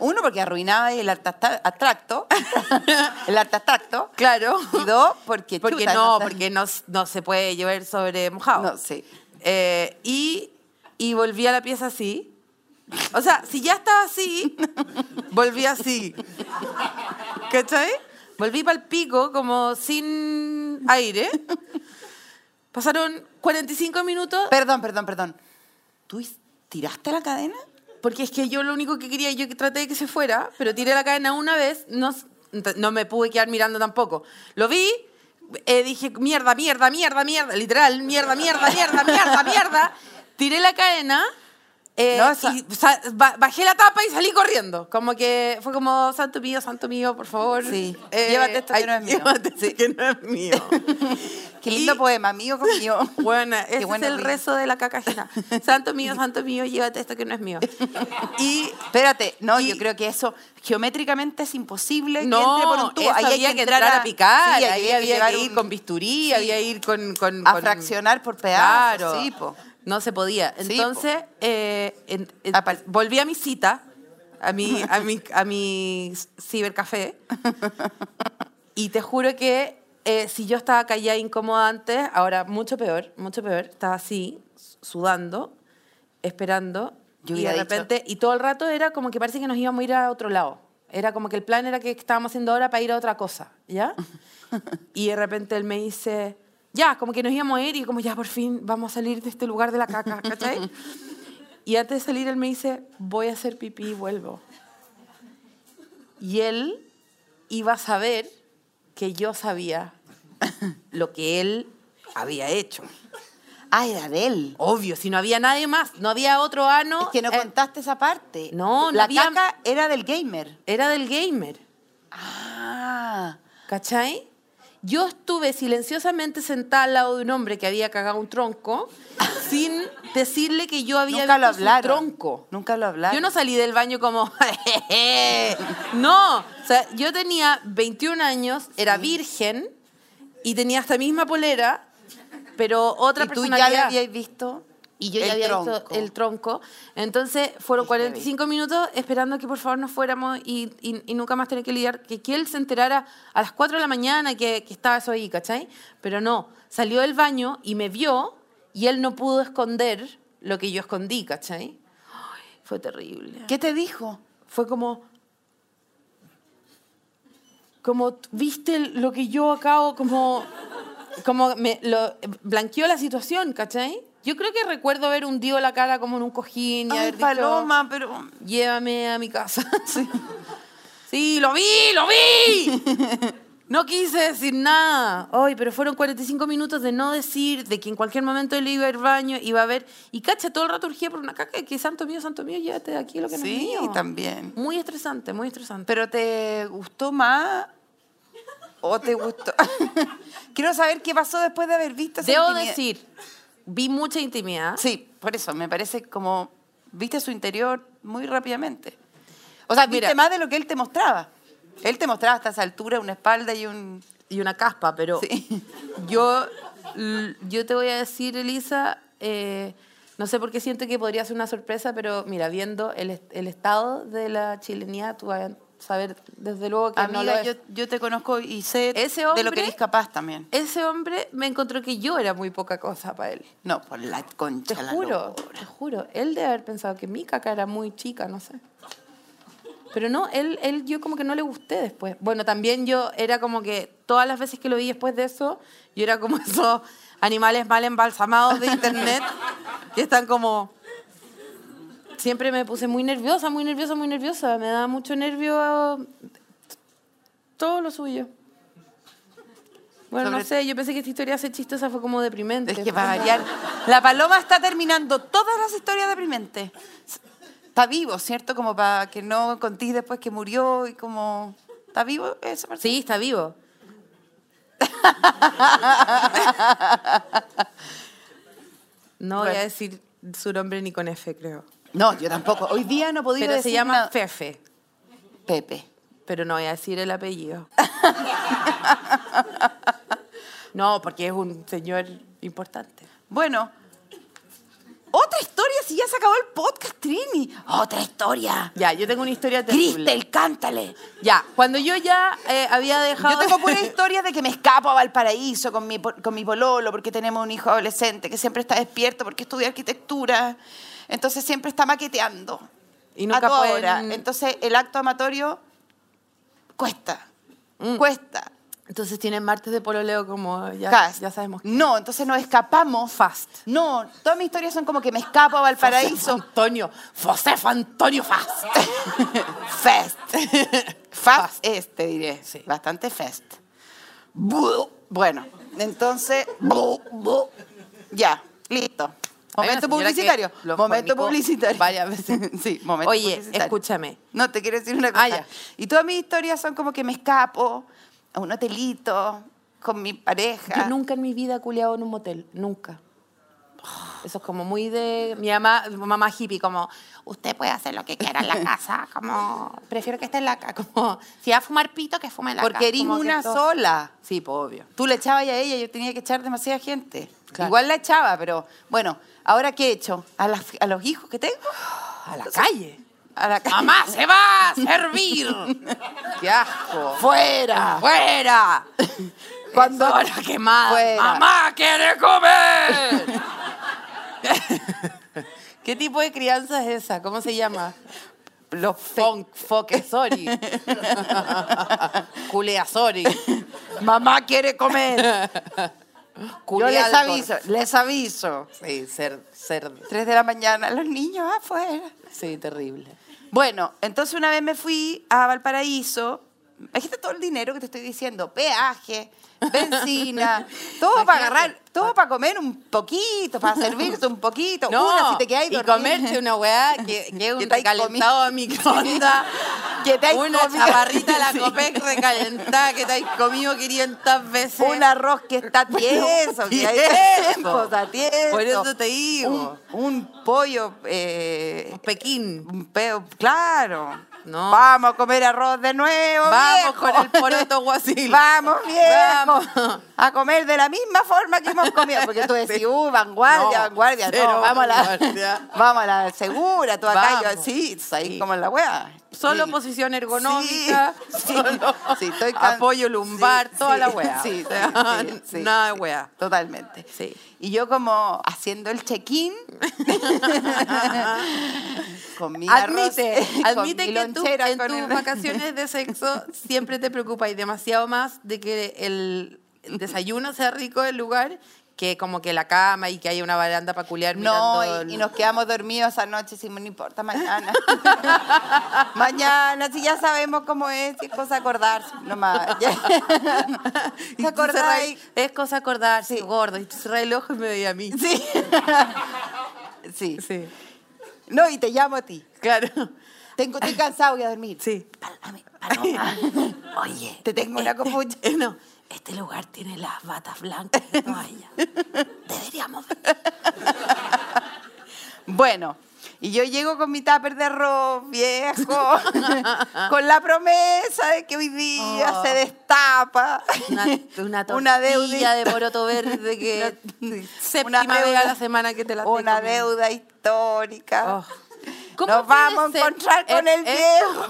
Uno, porque arruinaba el artasta- atracto. [laughs] el artacto. Claro. Y dos, porque. Porque chuta, no, sé- porque no, s- no se puede llover sobre mojado. No, sí. Eh, y, y volví a la pieza así. O sea, si ya estaba [laughs] así, volví así. ¿Cachai? Volví para el pico como sin aire. Pasaron 45 minutos Perdón, perdón, perdón. ¿Tú is- tiraste la cadena? porque es que yo lo único que quería, yo que traté de que se fuera, pero tiré la cadena una vez, no, s- ent- no me pude quedar mirando tampoco. Lo vi, eh, dije, mierda, mierda, mierda, mierda, literal, mierda, mierda, mierda, mierda, mierda. Tiré la cadena, eh, No, esa- y sa- ba- bajé la tapa y salí corriendo. Como que fue como, santo mío, santo mío, por favor. Eh, Sí. Llévate esto que no es mío. Llévate esto que no es mío. Qué lindo pues, Y- poema, mío conmigo. [laughs] Bueno, ese bueno es el ritmo. rezo de la caca [laughs] ajena. Santo mío, santo mío, llévate esto que no es mío. Y espérate, no, Y- yo creo que eso geométricamente es imposible. que No, entre por un tubo. eso Ahí hay había que entrar a, picar, sí, ahí ahí, hay había llevar que ir un- con bisturí, sí, había que ir con... con- a con- fraccionar por pedazos. Claro. Sí, po. No se podía. Sí, po. Entonces, eh, en- en- Apar- volví a mi cita, a mi, a mi, a mi cibercafé, y te juro que eh, si yo estaba callada e incómoda antes, ahora mucho peor, mucho peor. Estaba así, sudando, esperando, Yo y hubiera de dicho- repente... Y todo el rato era como que parece que nos íbamos a ir a otro lado. Era como que el plan era que estábamos haciendo ahora para ir a otra cosa, [laughs] ¿ya? Y de repente él me dice, ya, como que nos íbamos a ir y como ya por fin vamos a salir de este lugar de la caca, ¿cachai? Y antes de salir él me dice, voy a hacer pipí y vuelvo. Y él iba a saber que yo sabía lo que él había hecho. Ah, era de él. Obvio, si no había nadie más, no había otro ano. Es que no eh, contaste esa parte. no, no La había- caca era del gamer. Era del gamer, Ah. ¿cachai? Yo estuve silenciosamente sentada al lado de un hombre que había cagado un [laughs] tronco sin decirle que yo había Nunca lo visto su hablaron. tronco. Nunca lo hablaron. Yo no salí del baño como... [laughs] "Jejeje". no, o sea, yo tenía 21 años, era virgen y tenía esta misma polera, pero otra ¿Y tú ya personalidad. lo habías visto? Y yo El ya había tronco. visto el tronco. Entonces fueron Qué 45 minutos esperando que por favor nos fuéramos y, y- y nunca más tener que lidiar, que, que él se enterara a las 4 de la mañana que, que estaba eso ahí, ¿cachai? Pero no, salió del baño y me vio y él no pudo esconder lo que yo escondí, ¿cachai? Ay, fue terrible. ¿Qué te dijo? Fue como... Como, ¿viste lo que yo acabo? Como, como me lo, blanqueó la situación, ¿cachai? Yo creo que recuerdo haber hundido la cara como en un cojín y Ay, haber dicho, Paloma, pero... llévame a mi [laughs] casa. Sí. Sí, lo vi, lo vi. No quise decir nada. Ay, pero fueron 45 minutos de no decir, de que en cualquier momento él iba al baño, iba a ver. Y cacha, todo el rato urgía por una caca, que santo mío, santo mío, llévate de aquí lo que no es Sí, mío. también. Muy estresante, muy estresante. ¿Pero te gustó más o te gustó? [laughs] Quiero saber qué pasó después de haber visto esa Debo intimidad. decir, vi mucha intimidad. Sí, por eso, me parece como... Viste su interior muy rápidamente. O sea, viste Mira. más de lo que él te mostraba. Él te mostraba hasta esa altura una espalda y un... y una caspa, pero [laughs] Sí. [laughs] yo, l- yo te voy a decir, Elisa, eh, no sé por qué siento que podría ser una sorpresa, pero mira, viendo el, est- el estado de la chilenidad, tú vas a saber desde luego que no lo Amiga, es. yo, yo te conozco y sé Ese de lo hombre- que eres capaz también. Ese hombre me encontró que yo era muy poca cosa para él. No, por la concha. Te la juro, locura. te juro. Él debe haber pensado que mi caca era muy chica, no sé. Pero no, él, él yo como que no le gusté después. Bueno, también yo era como que todas las veces que lo vi después de eso, yo era como [laughs] esos animales mal embalsamados de internet que están como... Siempre me puse muy nerviosa, muy nerviosa, muy nerviosa. Me daba mucho nervio todo lo suyo. Bueno, no Sobre- sé, yo pensé que esta historia hace chistosa fue como deprimente. Es que va a variar. La paloma está terminando todas las historias deprimentes. Está vivo, ¿cierto? Como para que no contís después que murió y como... ¿Está vivo esa persona? Sí, está vivo. no voy Bueno. a decir su nombre ni con F, creo. No, yo tampoco. Hoy día no he podido Pero se decir llama nada. Fefe. Pepe. Pero no voy a decir el [laughs] apellido. no, porque es un señor importante. Bueno. Otra historia, si ya se acabó el podcast, Trini. Otra historia. Ya, yo tengo una historia terrible. Cristel, cántale. Ya, cuando yo ya eh, había Yo dejado... tengo puras historias de que me escapo a Valparaíso con mi, po- con mi pololo porque tenemos un hijo adolescente que siempre está despierto porque estudia arquitectura. Entonces siempre está maqueteando. [laughs] Y a nunca toda pueden- hora. Entonces el acto amatorio cuesta. Cuesta. Entonces tienen martes de pololeo como Mm. ya, Cas. ya sabemos. No, entonces nos escapamos. Fast. No, todas mis historias son como que me escapo a Valparaíso. Antonio, Josef Antonio Fast. [laughs] Fest. Fast es, te diré. Sí. Bastante fest. Bu- Bueno, entonces. bu- bu- Ya, listo. Hay una Momento señora que publicitario. lo Momento fornicó publicitario. varias veces. [laughs] Sí, momento Oye, publicitario. escúchame. No, te quiero decir una cosa. Ah, ya. Y todas mis historias son como que me escapo a un hotelito con mi pareja. [laughs] Yo nunca en mi vida he culeado en un motel, nunca. Eso es como muy de mi mamá, mi mamá hippie, como usted puede hacer lo que quiera en [laughs] la casa, como prefiero que esté en la casa, como si va a fumar pito que fume en la casa. Porque eres como que una todo- sola. Sí, pues obvio. Tú le echabas a ella, yo tenía que echar demasiada gente. Claro. Igual la echaba, pero bueno, ¿ahora qué he hecho? ¿A, las- a los hijos que tengo? A la calle. A la ca- Mamá se va a servir. [laughs] Qué asco. Fuera. Fuera. Cuando ahora quemada. Fuera. Mamá quiere [laughs] comer. ¿Qué tipo de crianza es esa? ¿Cómo se llama? Los fe- Funk, foque, sorry. Culea, sorry. Mamá quiere comer. Yo Culea les alcohol. aviso, les aviso. Sí, ser, ser, Tres de la mañana, los niños afuera. sí, terrible. Bueno, entonces una vez me fui a Valparaíso. Imagínate todo el dinero que te estoy diciendo. Peaje, benzina, todo [laughs] para Imagínate. agarrar, todo para comer un poquito, para servirte un [laughs] poquito. No, una si te quedas y [laughs] comerte una weá que, que es un te hay recalentado a microondas. [laughs] Que te hay una comido. chaparrita a la [laughs] Sí. copec recalentada que te has comido 500 veces. Un arroz que está tieso, que Tieso. hay tiempo, está tieso. Por eso te digo. Un, un pollo, eh, Un Pekín. un peo, claro. No. Vamos a comer arroz de nuevo. Vamos viejo. con el poroto guasil. Vamos, viejo. Vamos. A comer de la misma forma que hemos comido. Porque [laughs] tú decís, uh, vanguardia, No, vanguardia. cero No, vamos a, vanguardia. la, [laughs] vamos a la segura. Tú acá, yo Vamos. así, Sí. ahí como en la hueá. Solo Sí. posición ergonómica, [laughs] Sí, sí, solo sí, estoy can- apoyo lumbar, sí, toda sí, la weá. sí, O sea, [laughs] sí, sí, nada de sí. weá. Totalmente. Sí. Y yo como haciendo [laughs] el check-in. [laughs] con mi Admite, arroz, [laughs] con admite mi que tú lonchera, en con tus el- [laughs] vacaciones de sexo siempre te preocupáis demasiado más de que el desayuno sea rico del lugar que como que la cama y que haya una baranda para culiar mirando [laughs] No, el- y, y nos quedamos dormidos esa noche, si no [laughs] importa, mañana. mañana, si ya sabemos cómo es, es cosa acordarse, [laughs] nomás. Ya. Y ¿Se tú acordáis? cerrás- Es cosa acordarse, Sí. gordo. Y tú cerrás el ojo y me veía a mí. Sí. sí. Sí, No, y te llamo a ti. [laughs] claro. Tengo, estoy cansado, voy a dormir. Sí. Pálame, paloma. [laughs] Oye. Te tengo una copucha. Eh, no, este lugar tiene las batas blancas de toalla. Deberíamos ver. Bueno, y yo llego con mi tupper de arroz [laughs] viejo, con la promesa de que hoy día Oh. se destapa Una, una [laughs] Una tortilla deudita. de poroto verde que [laughs] Una- séptima una vez deuda- a la semana que te la estoy una comiendo. deuda histórica. Oh. ¿Cómo Nos puede vamos a ser? encontrar con el viejo.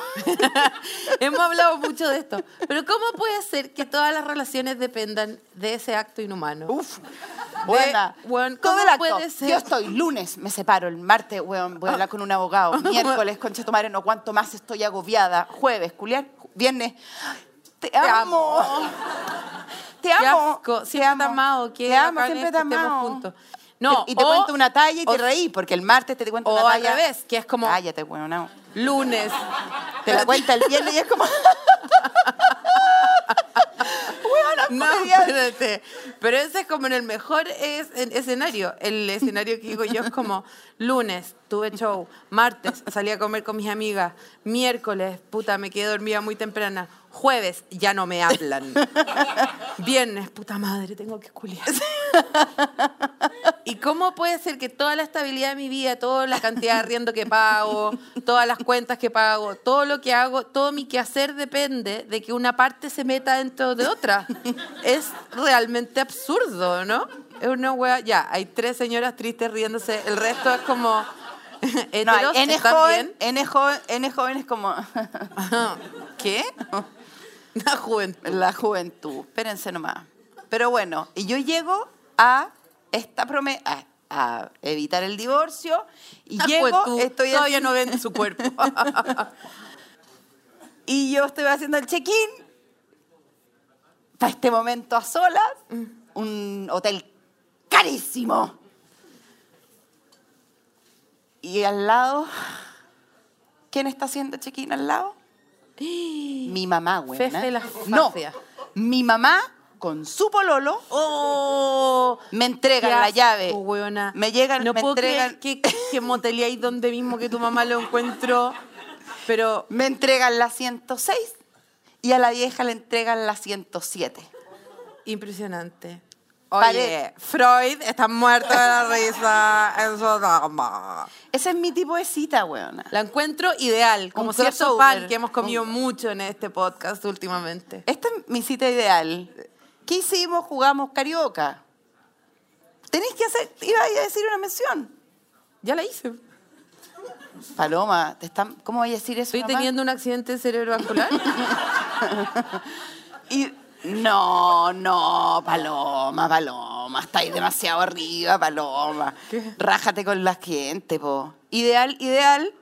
[laughs] Hemos hablado mucho de esto, pero ¿cómo puede ser que todas las relaciones dependan de ese acto inhumano? Uf. Buena. weón, Todo ¿cómo el acto. puede ser? Yo estoy lunes, me separo. El martes, weón, voy a hablar con un [laughs] abogado. Miércoles, concha tu madre, no cuanto más estoy agobiada. Jueves, culiar. Viernes, te, amo. [laughs] Te Qué amo. asco, te Siempre te amo. amado. Qué Te amo, bacán siempre es te que estemos amado. juntos. No, y te o- cuento una talla y o- te reí, porque el martes te cuento o una al talla. revés, que es como- Cállate, weón. no. Lunes. [laughs] Te la cuenta el viernes y [laughs] es como. No, comediante. espérate. Pero ese es como en el mejor es- en- escenario. El escenario que digo yo es como lunes tuve show, martes salí a comer con mis amigas, miércoles, puta, me quedé dormida muy temprana, jueves ya no me hablan. Viernes, puta madre, tengo que culiar. ¿Y cómo puede ser que toda la estabilidad de mi vida, toda la cantidad de arriendo que [laughs] pago, todas las cuentas que pago, todo lo que hago, todo mi quehacer depende de que una parte se meta dentro de otra? Es realmente absurdo, ¿no? Es una wea. Ya, hay tres señoras tristes riéndose, el resto es como. [laughs] No, heteros, N es ¿están joven, bien? N es joven, N es joven es como [laughs] ¿Qué? [laughs] La juventud. la juventud. Espérense nomás. Pero bueno, y yo llego a esta promesa, a, a evitar el divorcio, y La llego, juventud estoy todavía así- no ven su [laughs] cuerpo. y yo estoy haciendo el check-in para este momento a solas, un hotel carísimo. Y al lado, ¿quién está haciendo check-in al lado? [gasps] Mi mamá, güey. ¿eh? Fefe la no, fafia. mi mamá con su pololo ¡Oh! me entregan Qué la asco, llave. hueona. Me llegan, no me puedo entregan, creer que, que moteleáis donde mismo que tu mamá lo encontró. Pero me entregan la 106 y a la vieja le entregan la 107. impresionante. Pare- Oye, Freud está muerto de la risa en su cama. Ese es mi tipo de cita, weona. La encuentro ideal, como Un cierto crossover. pan que hemos comido mucho en este podcast últimamente. Esta es mi cita ideal. ¿Qué hicimos? Jugamos carioca. Tenéis que hacer, iba a decir una mención. Ya la hice. Paloma, te están, ¿cómo voy a decir eso? Estoy mamá? teniendo un accidente [laughs] cerebrovascular. Y- no, no, Paloma, Paloma, estáis demasiado arriba, Paloma. Rájate con la gente, po. Ideal, ideal,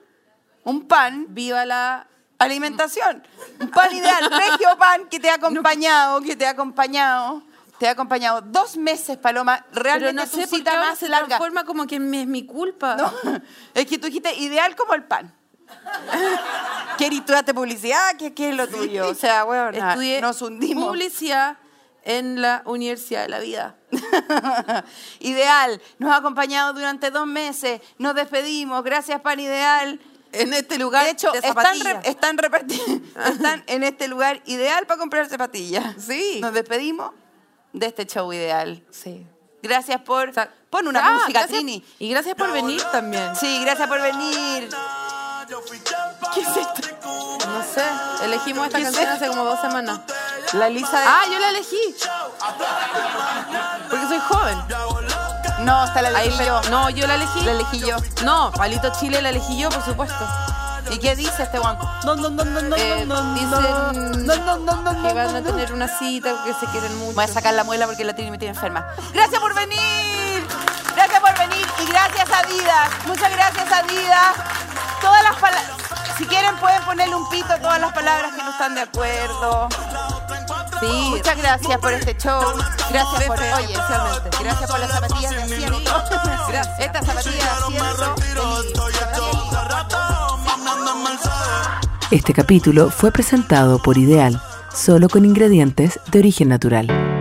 un pan, Viva la. alimentación. Un [laughs] pan ideal, regio pan que te ha acompañado, que te ha acompañado. Te ha acompañado dos meses, Paloma. Pero Realmente no tu sé por qué cita ahora más se larga. transforma como que me- es mi culpa. No, es que tú dijiste ideal como [laughs] el pan. Querida, tú date publicidad, ¿qué, qué es lo tuyo? O sea, weón, Estudié nos hundimos. publicidad en la Universidad de la Vida. [laughs] ideal, nos ha acompañado durante dos meses, nos despedimos, gracias Pan Ideal. En este lugar de hecho, de están, zapatillas. re- [laughs] están reparti- están en este lugar ideal para comprar zapatillas. Sí. Nos despedimos de este show ideal. Sí. Gracias por... Pon una Ah, música, gracias- Trini. Y gracias por venir también. Sí, gracias por venir. ¿Qué es esto? No sé, elegimos esta ¿Qué es canción esto? hace como dos semanas. La Lisa de... Ah, yo la elegí. Porque soy joven. No, está la Ahí Lisa pe- y yo. No, yo la elegí. La elegí yo. No, Palito Chile la elegí yo, por supuesto. ¿Y qué dice este guanco? No, no, no, no, no, Eh, dicen que van a tener una cita, que se quieren mucho. Voy a sacar la muela porque la Trini me tiene enferma. ¡Gracias por venir! Gracias por venir y gracias a Adidas. Muchas gracias a Adidas. Todas las palabras... Si quieren pueden ponerle un pito a todas las palabras que no están de acuerdo. Sí. Muchas gracias por este show. Gracias por... Oye, especialmente. Gracias por las zapatillas de asiento. [laughs] Gracias. Estas zapatillas de asiento. Este capítulo fue presentado por Ideal, solo con ingredientes de origen natural.